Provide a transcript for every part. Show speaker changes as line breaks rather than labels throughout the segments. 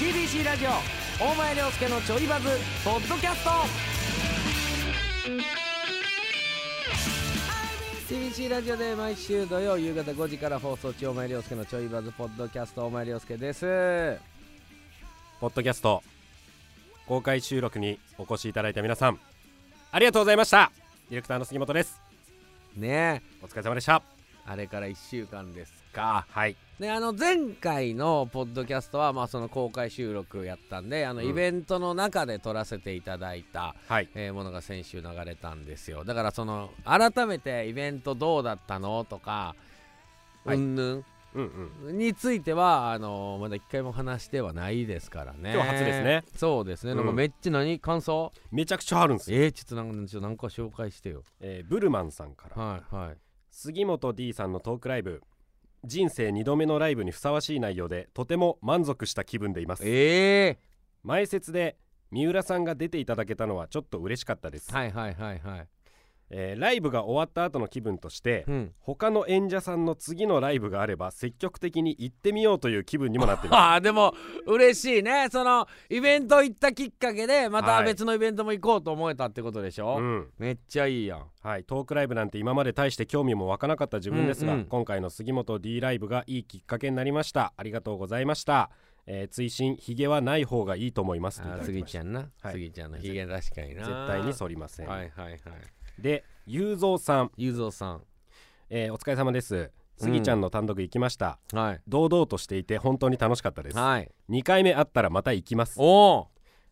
ーラジオ大前涼介のちょいバズポッドキャスト TBC ラジオで毎週土曜夕方5時から放送中大前涼介のちょいバズポッドキャスト大前涼介です
ポッドキャスト公開収録にお越しいただいた皆さんありがとうございましたディレクターの杉本です
ねえ
お疲れ様でした
あれから1週間です
かはい
であの前回のポッドキャストはまあその公開収録やったんであの
うん
イベントの中で撮らせていただいた、
はい
えーものが先週流れたんですよだからその改めてイベントどうだったのとか、
はい
うんぬ
うんうん
んについてはあのまだ一回も話してはないですからね
今日初ですね
そうですね、
うん
なんかめっちゃ何感想
めちゃくちゃあるんですよ、
えー、ちょっとなんかちょっとなんか紹介してよ
えーブルマンさんから
はいはい
杉本 D さんのトークライブ人生2度目のライブにふさわしい内容でとても満足した気分でいます
え
前説で三浦さんが出ていただけたのはちょっと嬉しかったです、
ー、はいはいはいはい
えーライブが終わった後の気分として
うん
他の演者さんの次のライブがあれば積極的に行ってみようという気分にもなっています
ああでも嬉しいねそのイベント行ったきっかけでまた
はい
別のイベントも行こうと思えたってことでしょ、
うん
めっちゃいいやん
はい、トークライブなんて今まで大して興味も湧かなかった自分ですが、
うんうん
今回の杉本 D ライブがいいきっかけになりましたありがとうございました、えー、追伸ひげはない方がいいと思いますといただきま
杉
した
ちゃんな、
はい
杉ちゃんのひげ確かにな
絶対に剃りません、
はいはいはい
でゆうぞうさん、
ゆうぞうさ
えーお疲れ様です杉ちゃんの単独行きました、
んはい
堂々としていて本当に楽しかったです
はい
2回目あったらまた行きます
おお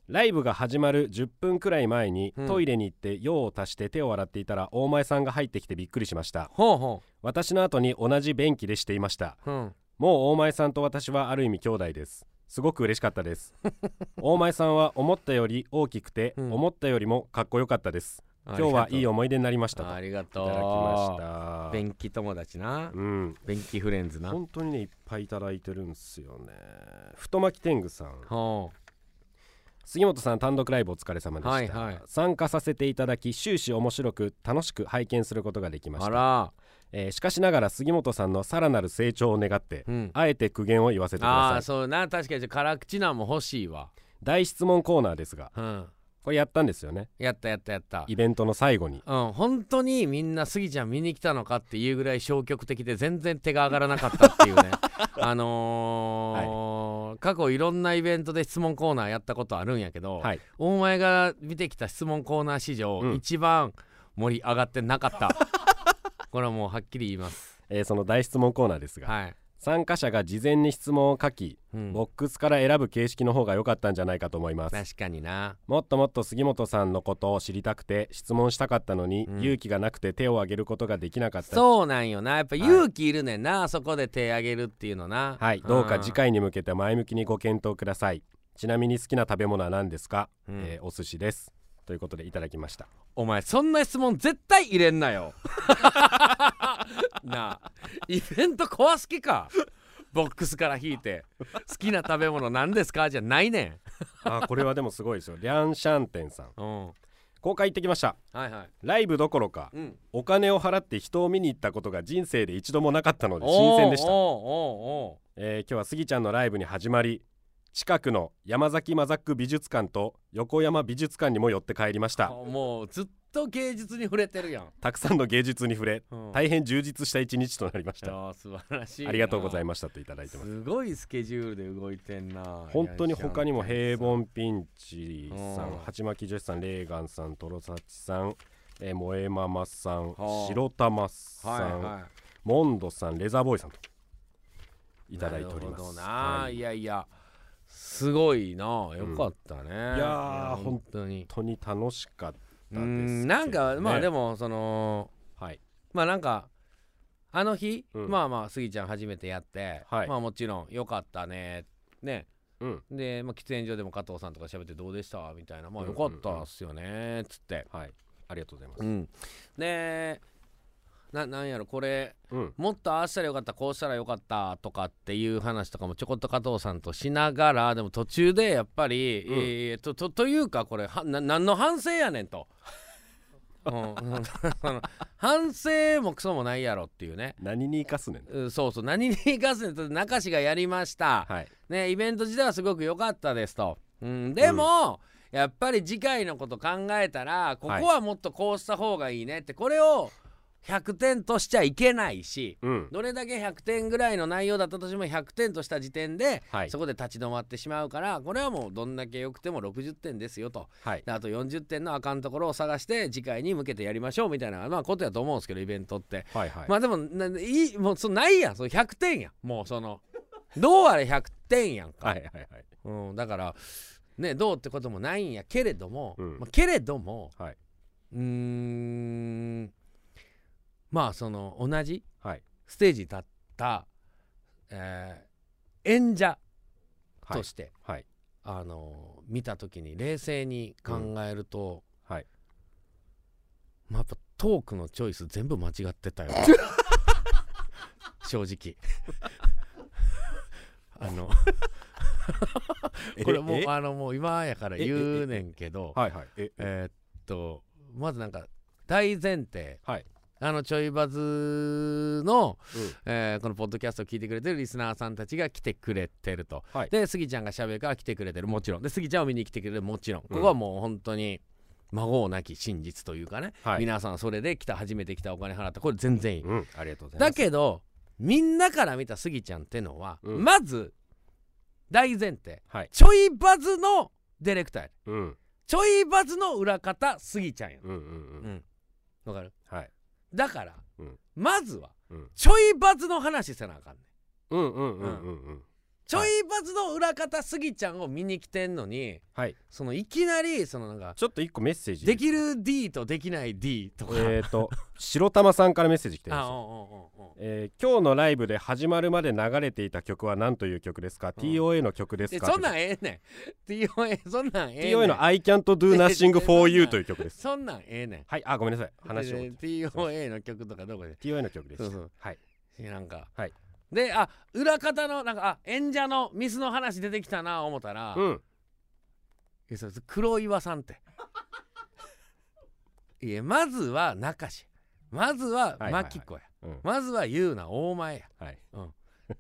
ライブが始まる10分くらい前に、
うん
トイレに行って用を足して手を洗っていたら大前さんが入ってきてびっくりしました
ほうほ
私の後に同じ便器でしていました
ううん
もう大前さんと私はある意味兄弟ですすごく嬉しかったです 大前さんは思ったより大きくて、
うん
思ったよりもかっこよかったです
今
今日はいい
よ
思い出になりましたと
あ
い
りが
た
とう
だきまし
便器友達な
たうん
便器フレンズな
本当にねいっぱいいただいてるんすよね太巻き天狗さん
ほ
杉本さん単独ライブお疲れ様でした、
はいはい
参加させていただき終始面白く楽しく拝見することができ
う
ま
あ
した、
ら
えーしかしながら杉本さんのさらなる成長を願って、
うん
あえて苦言を言わせてく
あ
だ
あ
さい
そうな確かに辛口なんも欲しいわ
大質問コーナーですが
うん
これやったんですよね
やったやったやった
イベントの最後に
うん、本当にみんなスギちゃん見に来たのかっていうぐらい消極的で全然手が上がらなかったっていう ねあのー過去いろんなイベントで質問コーナーやったことあるんやけど、
はい
お前が見てきた質問コーナー史上、
うん
一番盛り上がってなか ったこれはもうはっきり言います
えーその大質問コーナーですが、
はい、
参加者が事前に質問を書き
うん
ボックスから選ぶ形式の方が良かったんじゃないかと思います
確かにな
もっともっと杉本さんのことを知りたくて質問したかったのに、
うん
勇気がなくて手を挙げることができなかった
そうなんよなやっぱ
はい
勇気いるねんな、あそこで手挙げるっていうのな
はい
ん
どうか次回に向けて前向きにご検討くださいちなみに好きな食べ物は何ですか、
うん
えーお寿司ですということでいただきました
お前そんな質問絶対入れんなよ なあイベント壊す気かボックスから引いて好きな食べ物何ですかじゃないね
あーこれはでもすごいですよ リャンシャンテンさん
んうんは
公開行ってきました
いはい
ライブどころか
うん
お金を払って人を見に行ったことが人生で一度もなかったので新鮮でした
おー、お
えー今日はスギちゃんのライブに始まり近くの山崎マザック美術館と横山美術館にも寄って帰りまし
ーおー
た
おーもうずっと芸術に触れてるやん、
たくさんの芸術に触れ
うんい
大変充実した一日となりました
やー素晴ら しい
ありがとうござい
ま
ましたといただいてます
すごいスケジュールで動いてんな
本当に他にも平凡ピンチさ
うん
ん、鉢巻き女子さん、レーガンさん、トロサチさん、えー、萌えママさ
は
ん、
あ
白玉さ
はい
ん、
はい
モンドさん、レザーボーイさんといただいており
な
ま
るほど
す。
な、、
はいい
やいやすごいなよかったね、いや
ー
本当に
本当に楽しかったですけ
う
どね、
んなんかまあで
も、
もその
はい、
まあなんかあの日、
うん
まあまあスギちゃん初めてやって、
はい
まあもちろんよかったねね
うん、
で、まあ、喫煙所でも加藤さんとか喋ってどうでしたみたいなまあ
うん
よ
うん
かったっすよねっつって
はい、ありがとうございます。
うんでななんやろこれ
うん、
もっとああしたらよかったこうしたらよかったとかっていう話とかもちょこっと加藤さんとしながらでも途中でやっぱり、
うん
えーととというかこれはな何の反省やねんと。うんうんあの反省もクソもないやろっていうね
何に生かすねん
うんそうそう何に生かすねんと中志がやりました、
はい
ね、イベント自体はすごく良かったですと、うん、でも、やっぱり次回のこと考えたらここはもっとこうした方がいいねってこれを100点としちゃいけないし
うん
どれだけ100点ぐらいの内容だったとしても100点とした時点で、
はい
そこで立ち止まってしまうからこれはもうどんだけ良くても60点ですよと
はい
であと40点のあかんところを探して次回に向けてやりましょうみたいな、まあ、ことやと思うんですけどイベントって。
はいはい
まあでもないいもうそのないやんその100点やんもうそのどうあれ100点やんか、
はいはいはい
うん、だからねどうってこともないんやけれども、
うん
まあ、けれども、
はいう
ーんまあその同じ
はい
ステージに立った、えー演者
はい
として、
はい
あの見た時に冷静に考えると、
はい
まあ、やっぱトークのチョイス全部間違って たよ正直あのこれもう
ええ
あのもう今やから言うねんけど
はいはいえ
えーっとまずなんか大前提
はい
あのちょいバズの、
うん
えーこのポッドキャストを聞いてくれてるリスナーさんたちが来てくれてると、
はい
でスギちゃんがしゃべるから来てくれてるもちろんでスギちゃんを見に来てくれるもちろんこ
うん
こはもう本当に孫をなき真実というかね、
はい
皆さんそれで来た初めて来たお金払ったこれ全然いい、
うんありがとうござい
だ
ます
けどみんなから見たスギちゃんってのは、
うん
まず大前提
はい
ちょいバズのディレクターや
うん
ちょいバズの裏方スギちゃんや
うんうん
う
うんん
わかる
はい
だから、
うん
まずは
うん
ちょいバズの話せなあかんねん
うんうんうんうんうん
ちょいバズの裏方スギちゃんを見に来てんのに
はい
そのいきなりそのなんか
ちょっと一個メッセージ
できる D とできない D とか、
えっと白玉さんからメッセージ来てます
あうんうんうんうん
えー今日のライブで始まるまで流れていた曲は何という曲ですか、
うん
?TOA の曲です
で
か
そんなんええねん TOA そんなんええねん
?TOA の I can't do nothing for
え
you
ー
という曲です。
そんなんええねん
はい、あ、ごめん なさい。話を
で。で TOA の曲とかどこで
TOA の曲です。
そうそう
はい。
なんか、
はい
であ裏方のなんかあ演者のミスの話出てきたな思ったら、
うん。
いやそれ黒岩さん っていやまずは中志まずは
はいはい
マキコや、
うん
まずは優な大前や
はい。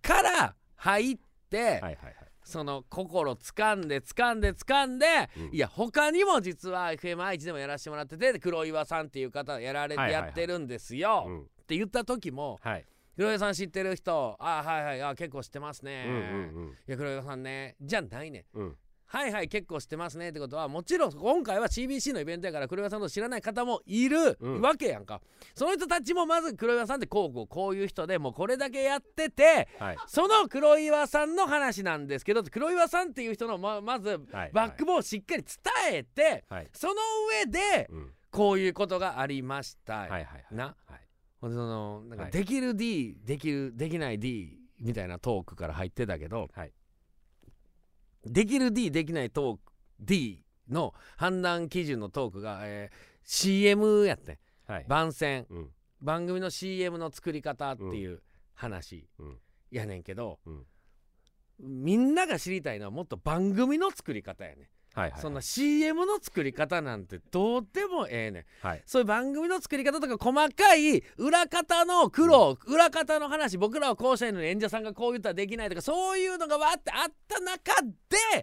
から入って、
はいはいはい。
その心掴んで掴んで掴んで、
うん
いや他にも実は FMI1 でもやらせてもらってて黒岩さんっていう方やられて、
はいはいはい
やってるんですよ、
う
っ
ん
て言った時も
はい。
黒岩さん知ってる人あはいはいあ結構知ってますね、
うんうん
いや黒岩さんねじゃないねん
うん。うん。
はいはい結構知ってますねってことはもちろん今回は CBC のイベントやから黒岩さんの知らない方もいる
うん
わけやんか、その人たちもまず黒岩さんってこうこうこういう人でもうこれだけやってて
はい。
その黒岩さんの話なんですけどって黒岩さんっていう人のままず
はい。
バックボーンをしっかり伝えて、
はい。
その上で
うん。
こういうことがありました、
はいはいはい。
な
はい。
ほんでそのなんか
はい
できる D、できるできない D みたいなトークから入ってたけど、
はい
できる D できないトーク D の判断基準のトークが、えー CM やってん
はい。
番宣
うん。
番組の CM の作り方っていう話
うん
やねんけど、
うん
みんなが知りたいのはもっと番組の作り方やねん、
はいはい。
そんな CM の作り方なんてどうでもええねん
はい。
そういう番組の作り方とか細かい裏方の苦労、裏方の話僕らはこうしたいのに演者さんがこう言ったらできないとかそういうのがわーってあった中で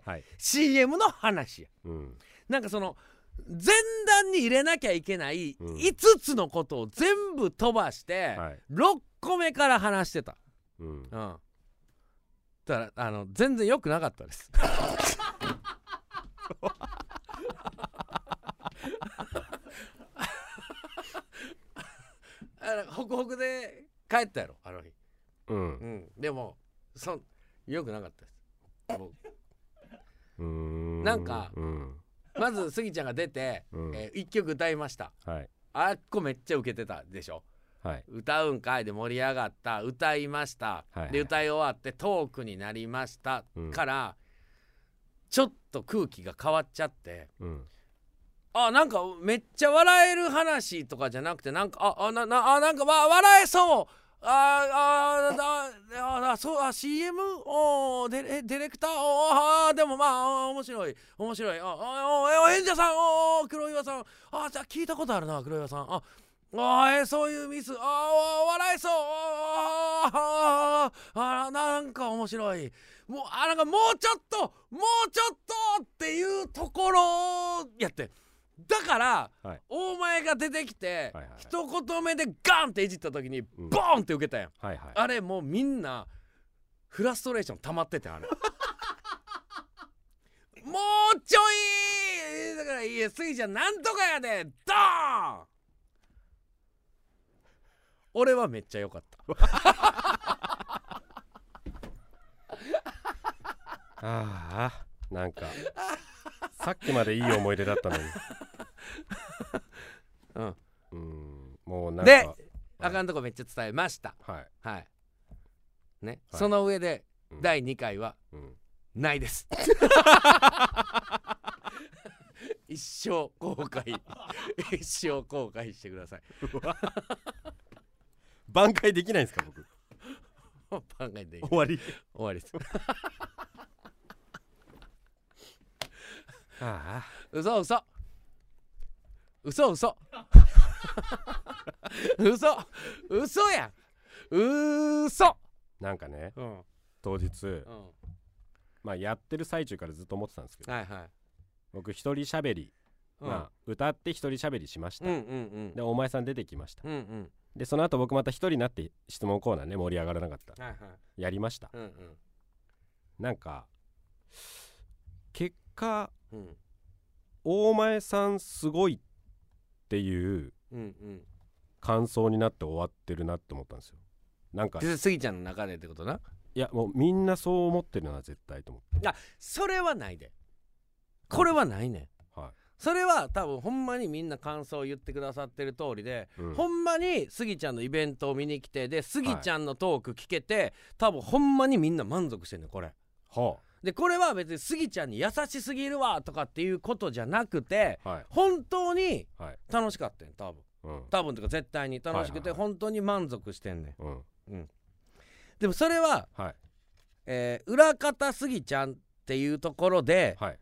はい。
CM の話や
うん。
なんかその前段に入れなきゃいけない
うん
5つのことを全部飛ばして、
はい。
6個目から話してた
うん。
うんだからあの全然良くなかったですあのホクホクで帰ったやろあの日
う。
うんんでもそん良くなかったですも
うーん。
なんか
うん。
うまずスギちゃんが出て、
うん。
え1曲歌いました
はい。
あっこめっちゃウケてたでしょ
はい。
歌うんかいで盛り上がった歌いました、
はいはい
で歌い終わってトークになりました、
うん
からちょっと空気が変わっちゃって
うん。
あなんかめっちゃ笑える話とかじゃなくてなんかああななあなんかわ笑えそうあーあーあーあーそうあ CM おーデレディレクターおーあーでもまあおー面白い面白いああおーえ演者さんおー黒岩さんあーじゃあ聞いたことあるな黒岩さんああーえーそういうミスあーおー笑いそうあーあーあーなんか面白いもうあなんかもうちょっともうちょっとっていうところやってだから、
はい
大前が出てきて、
はいはいはい
一言目でガンっていじった時に
うん
ボーンって受けたやん、
はいはい
あれもうみんなフラストレーション溜まっててあ れもうちょいだからいやスギちゃんなんとかやでドーン俺はめっちゃ良かった
ああなん かさっきまでいい思い出だったのに
うん
うんもうなんか
であかんとこめっちゃ伝えました
はい、
はいね、
はい
その上で
うん
第2回は
うん
ないです一生後悔一生後悔してください
挽回できないんですか僕
考えていい
終わり
終わりです
あ
嘘嘘嘘嘘嘘嘘やん嘘
あなんかね
うん
当日
うん
まあやってる最中からずっと思ってたんですけど
はいはい
僕一人喋り、
うん
まあ歌って一人喋りしました、
うんうん
でお前さん出てきました
うんうんうん
でその後僕また一人になって質問コーナーね盛り上がらなかった
はいはい
やりました
うん
なんか結果
うんうん
大前さんすごいっていう
うんうん
感想になって終わってるなって思ったんですよなんか
でスギちゃんの中でってことない
やもうみんなそう思ってるな絶対と思って
それはないでこれはないねん
は
それは多分ほんまにみんな感想を言ってくださってる通りで、
い、うん
ほんまにスギちゃんのイベントを見に来てでスギちゃんのトーク聞けて、多分ほんまにみんな満足してんねんこれ。
は
でこれは別にスギちゃんに優しすぎるわとかっていうことじゃなくて
あはい
本当に
はい
楽しかったん多分
うん
多分とか絶対に楽しく
はいはい
て
はい
本当に満足してんねん、
うん
でもそれは、
はい
えー裏方スギちゃんっていうところで
はい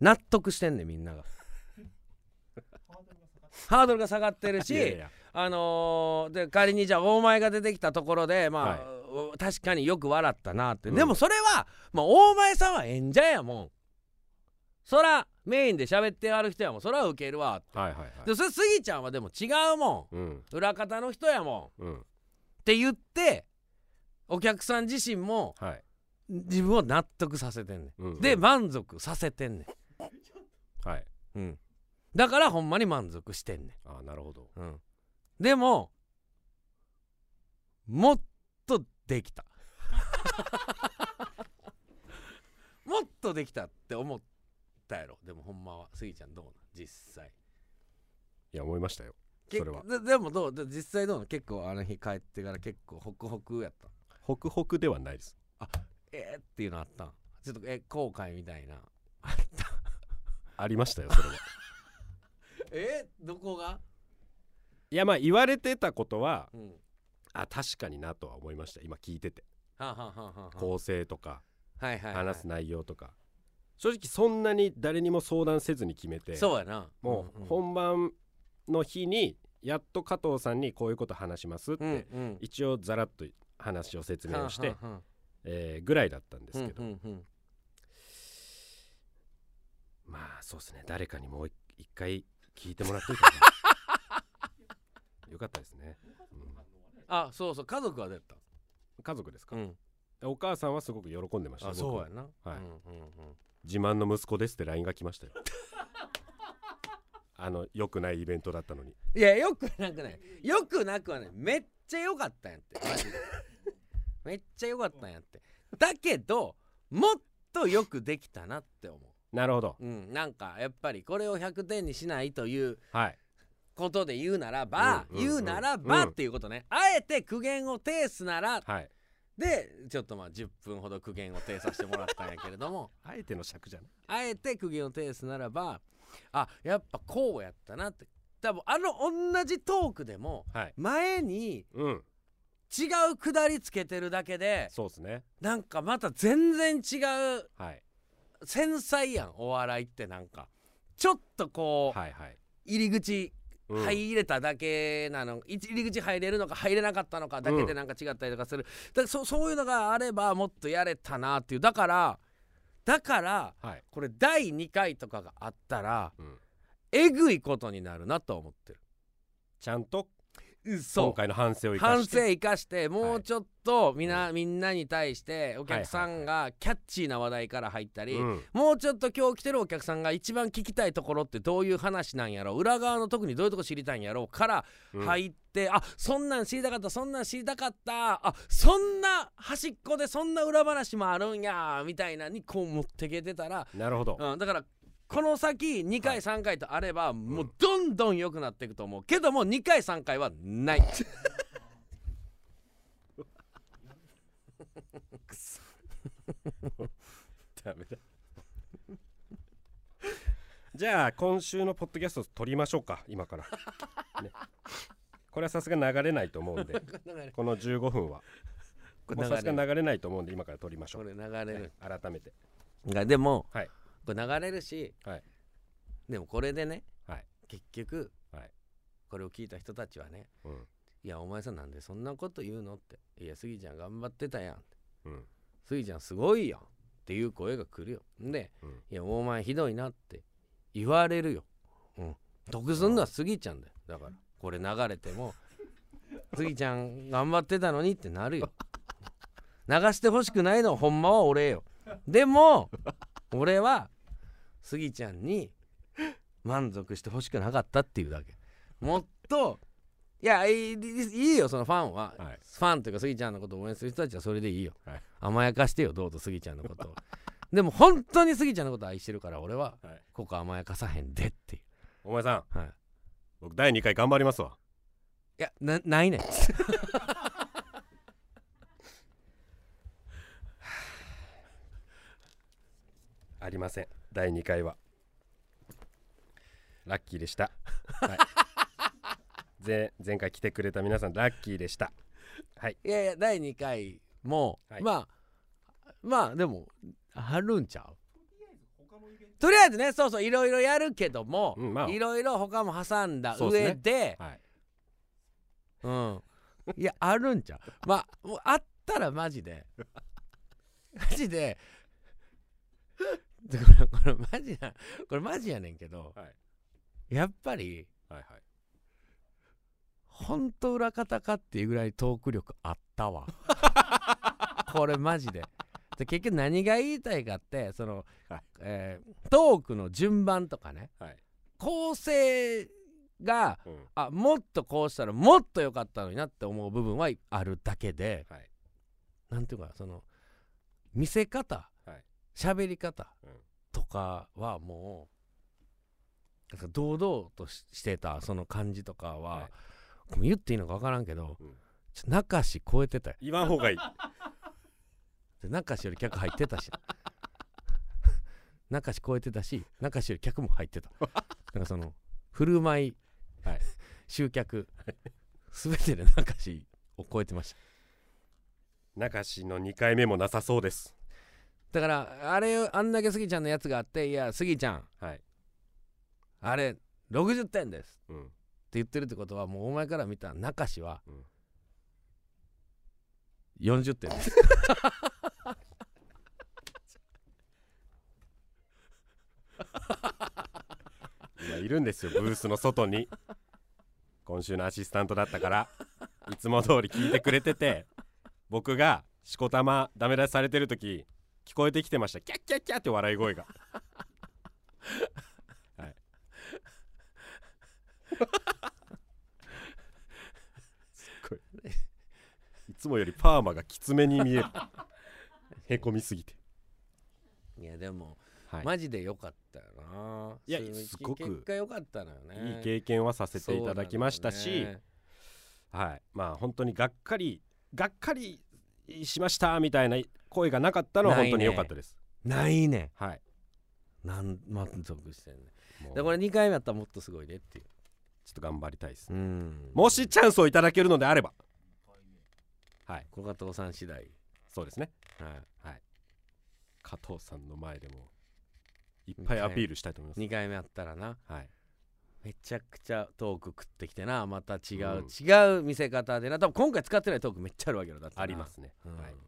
納得してんねんみんながハードルが下がってるし
いやいや
あのーで仮にじゃあ大前が出てきたところでまあ、
はい
お確かによく笑ったなって、
うん
でもそれは、まあ、大前さんは演者やもんそらメインで喋ってある人やもんそらウケるわ
はいはいはい
でそれスギちゃんはでも違うも
うん
ん裏方の人やもん
うん
って言ってお客さん自身も
はい
自分を納得させてんね
うんうん
んで満足させてんね
はい
ん、うん、だからほんまに満足してんねん
ああなるほど
うん、でももっとできた もっとできたって思ったやろでもほんまはスギちゃんどうなん実際
いや思いましたよ
け
それは
ででもどうで実際どうなん結構あの日帰ってから結構ホクホクやった
ホクホクではないです
えー、っていうのあったんちょっとえ後悔みたいな
ありましたよそ れは
えー、どこが
いやまあ言われてたことは
うん
あ確かになとは思いました今聞いてて
はあ、はあはあはあはあ、
構成とか
はいはいはい、
話す内容とか正直そんなに誰にも相談せずに決めて
そうやな
もう
うん
本番の日にやっと加藤さんにこういうこと話します
う
っ
ん
て
うんうん
一応ざらっと話を説明をして
はあはあはあ
えーぐらいだったんですけど
うんうんうん
まあそうですね誰かにもう一回聞いてもらっていい かなよかったですねうん
あそうそう家族は出た、
家族ですか
ん、
お母さんはすごく喜んでました
あ
僕
そうやな、
はい
うんうんうん、
自慢の息子ですって LINE が来ました よあの良くないイベントだったのに
いやよくなくないよくなくはないめっちゃ良かったんやってマ ジでめっちゃ良かったんやってだけどもっとよくできたなって思
なるほど
う、うん、なんかやっぱりこれを100点にしないという
はい
ことで言うならば、
うんうんうん
言うならば
うん
っていうことね、あえて苦言を呈すなら
はい
でちょっとまあ10分ほど苦言を呈させてもらったんやけれども
あえての尺じゃない
あえて苦言を呈すならばあやっぱこうやったなって多分あの同じトークでも
はい
前に
うん
違うくだりつけてるだけで
そうですね
なんかまた全然違う
はい
繊細やんお笑いってなんかちょっとこう、
はいはい、
入り口
うん
入れただけなの、い入り口入れるのか入れなかったのかだけでなんか違ったりとかする、だからそそういうのがあればもっとやれたなっていうだからだから
はい
これ第2回とかがあったら
うん、
えぐいことになるなと思って
ちゃんと
る
今
そ
回の反省を
う
生か
反
し
省
て
生かしてもうちょっとみんな,、
は
みんなに対してお客さんがキャッチーな話題から入ったり、
うん
もうちょっと今日来てるお客さんが一番聞きたいところってどういう話なんやろう裏側の特にどういうとこ知りたいんやろうから
うん
入って、あそんなん知りたかったそんなん知りたかったあそんな端っこでそんな裏話もあるんやみたいなにこう持ってけてたら、
なるほど、
うん、だからこの先2
は
回
い
3回とあればもうどんどん良くなっていくと思うけども2回3回はない。
ダメだ じゃあ今週のポッドキャスト撮りましょうか 今から、ね、これはさすがに流れないと思う んで この15分は
こ
もう
れ
さすが
流れ
に
る
流れないと思うんで今から撮りましょ
こ
う、
れ流れる
はい改めて
がでも、
はい
これ流れるし、
はい
でもこれでね、
はい
結局、
はい
これを聞いた人たちはね
うん
「いやお前さんなんでそんなこと言うの?」って「いやスギちゃん頑張ってたやん」
うん
「スギちゃんすごいやん」っていう声が来るよ。で
うん
「いやお前ひどいな」って言われるよ。うん、得すんのはスギちゃんだよだからこれ流れて も「スギちゃん頑張ってたのに」ってなるよ。流してほしくないのはほんまは俺よ。でも俺はスギちゃんに満足してほしくなかったっていうだけ。もっといやいいいいよそのファンは、
はい
ファンというかスギちゃんのことを応援する人たちはそれでいいよ、
はい
甘やかしてよどうぞスギちゃんのことをでも本当にスギちゃんのこと愛してるから俺は
はい
ここ甘やかさへんでってい
お前さん
う、はい、い
僕第2回頑張りますわ
やなない ねん
ありません第2回はラッキーでした、 はい、前前回来てくれた皆さんラッキーでした
いやいや第2回も、
はい
まあまあでもあるんちゃうとりあえずねそうそういろいろやるけども
うんまあ
いろいろ他も挟んだ
そうっすね
上で
はい
うん。いや、あるんちゃう。まあ、もうあったらマジで。マジで。 でこれ、これマジな、これマジやねんけど、
はい
やっぱり、
はいはい
ほんと裏方かっていうぐらいトーク力あった わ。これマジで。で結局何が言いたいかって、その、
はい
えートークの順番とかね、
はい
構成が、
うん
あもっとこうしたらもっと良かったのになって思う部分はあるだけで、
はい
なんていうかその見せ方
はい
喋、り方
うん
とかはもうなんか堂々とししてたその感じとかは、
はい
これ言っていいのか分からんけど、
うん
ちょ中志超えてたよ
言わん方がいい
で中志より客入ってたし中志超えてたし中志より客も入って たなんかその振る舞い、
はい
集客全てで中志を超えてました
中志の2回目もなさそうです
だからあれあんだけスギちゃんのやつがあっていやスギちゃん
はい
あれ60点です
うん
って言ってるってことはもうお前から見た中志は
うん
40点です
今いるんですよブースの外に今週のアシスタントだったからいつも通り聞いてくれてて僕がしこたまダメ出しされてる時聞こえてきてましたキャッキャッキャッって笑い声がはいすっごいいつもよりパーマがきつめに見えるへこみすぎて
いやでも、
はい
マジで良かったよない
や
そうう
すごく
結果良かったのよね
いい経験はさせていただきました
そう
し、
なのよね
はい、まあ本当にがっかりがっかりしましたみたいな声がなかったのは
ない
本
ね
当に良かったです。
ないね
はい。
んなん満足してんね
もう
でこれ2回目やったらもっとすごいねっていう
ちょっと頑張りたいです。
うん
もしチャンスをいただけるのであれば、はい
小加藤さん次第、はい、
そうですねはい加藤さんの前でもいっぱいアピールしたいと思います
2回目あったらな
はい
めちゃくちゃトーク食ってきてなまた違う、
うん
違う見せ方でな多分今回使ってないトークめっちゃあるわけよだってな
ありますね
うん
はい
ま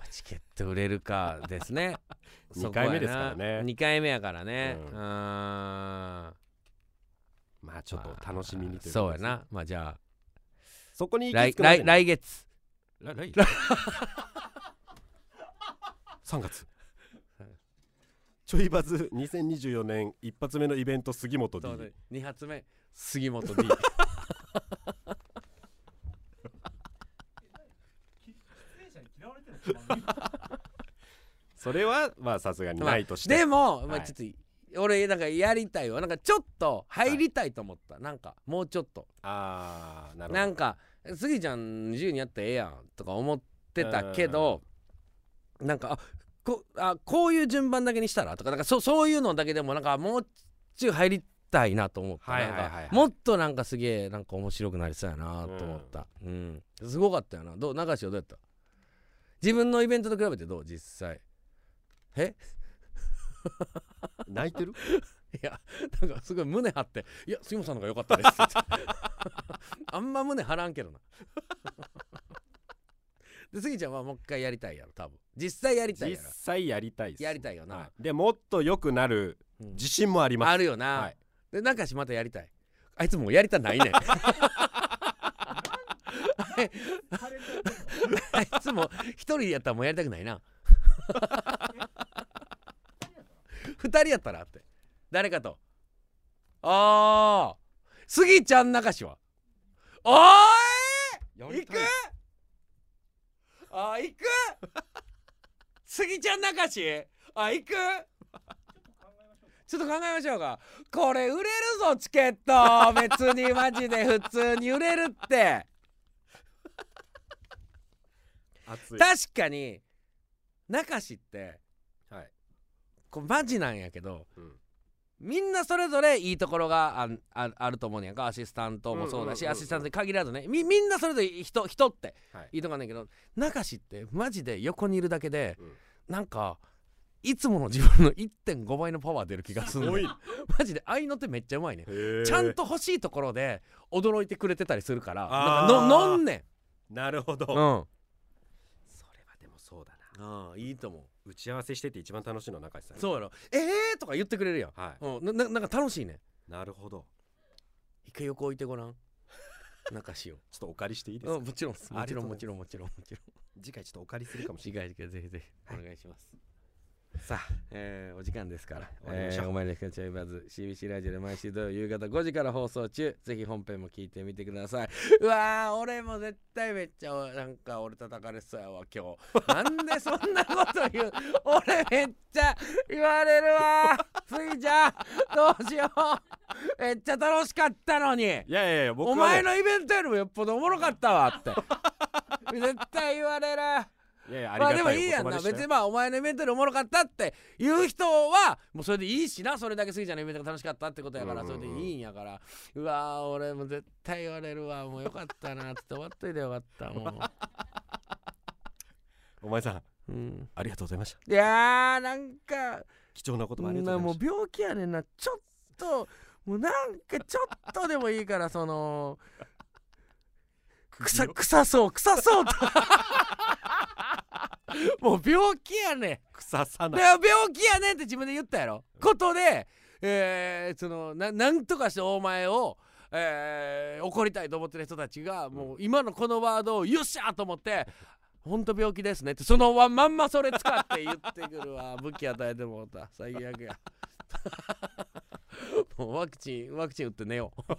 あチケット売れるかですね
二回目ですからね
2回目やからね
う
うんんん
まあちょっと楽しみにという
そう
こ
や
とですね
なまあじゃあ
そこに行き
来
着くまで
来
に
来月
来来 3月ちょいバズ2024年一発目のイベント杉本 D
2発目杉本 D
それはまあさすがにないとして、
でも、
い
まあちょっと俺なんかやりたいわなんかちょっと入りたいと思った、なんかもうちょっと
ああなるほど
なんか「杉ちゃん自由にやったらええやん」とか思ってたけどなんかあこあこういう順番だけにしたらとかなんかそそういうのだけでもなんかもうちょい入りたいなと思った、
はいはいはいはい
なんかもっとなんかすげえなんか面白くなりそうやなと思った、うんすごかったよなどう流しはどうやった自分のイベントと比べてどう実際え
泣いてる
いやなんかすごい胸張って「いや杉本さんの方が良かったです」って あんま胸張らんけどな で杉ちゃんはもう一回やりたいやろ多分実際やりたい
実
やろ、
際やりたいっす
やりたいよな
はいでもっと良くなる
うん
自信もあります、
あるよな、
はい
で中しまたやりたいあいつもうやりたないねん あいつも一人やったらもうやりたくない な二人やったらって誰かとああスギちゃん中しはお
や
ーい
り
行
た
くあー行く スギちゃん中しあー行くちょっと考えましょうかこれ売れるぞチケット別にマジ で普通に売れるって
熱い
確かに中志って
はい、
こうマジなんやけど
うん
みんなそれぞれいいところがあんああると思うねやんかアシスタントもそうだし、
うんうんうんうん
アシスタントに限らずねみみんなそれぞれ人人って
はい
いいとこあんねんけど中志ってマジで横にいるだけで
うん
なんかいつもの自分の1.5倍のパワー出る気がする、
すごい
ね
ね
ん、マジで合いの手めっちゃうまいねんち
ち
ゃんと欲しいところで驚いてくれてたりするから
あ
な
ー
んかの飲んね
なるほど、
ん、うん
それはでもそうだな
ああいいと思う
打ち合わせしてて一番楽しいのは中井さん
そうやろえーとか言ってくれるやん、
は
うん、なななんか楽しいね
いなるほど
一回横置いてごら んなんかしよ
ちょっとお借りしていいです
う、
か、
うん、もちろんですもちろん
ありがとうございます
もちろんもちろんもちろん
次回ちょっとお借りするかもしれ
次
ない
回ぜひぜひお願いします、
さあ
えーお時間ですから、
終わりましょう
えーお前ですかちょいバズ CBC ラジオで毎週土曜夕方5時から放送中ぜひ本編も聞いてみてくだ さいうわー俺も絶対めっちゃなんか俺叩かれそうやわ今日なんでそんなこと言う 俺めっちゃ言われるわ スイちゃんどうしようめっちゃ楽しかったのに
いやいやいや僕は
お前
ね
のイベントよりもよっぽどおもろかったわ って絶対言われる
いやいやあり
まあ
がたい
でもいいやん
お言
な
葉
別
でした
に
よ
まあお前のイベントでおもろかったって言う人はもうそれでいいしなそれだけスギちゃんのイベントが楽しかったってことやから
うん
そ
うんう
れ
ん
でいいんやからうわー俺も絶対言われるわもうよかったなっつって終わっといてよかったも
お前さん
う、うん、
ありがとうございました
いやーなんか
貴重な言葉ありがと
な
う
も
ご
う
ざいまし
病気やねんなちょっともうなんかちょっとでもいいからその
た
臭
首を
臭そう臭そうと もう病気やねん
臭さ
だ
な
から病気やねんって自分で言ったやろことで、えーそのななんとかしてお前を、えー怒りたいと思ってる人たちがもう今のこのワードをよっしゃーと思って「ほんと病気ですね」ってそのまんまそれ使って言ってくる わ武器与えてもうた最悪 やもうワクチンワクチン打って寝よう、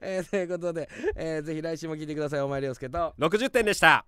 えーということで、えーぜひ来週も聞いてくださいお前涼介と。
60点でした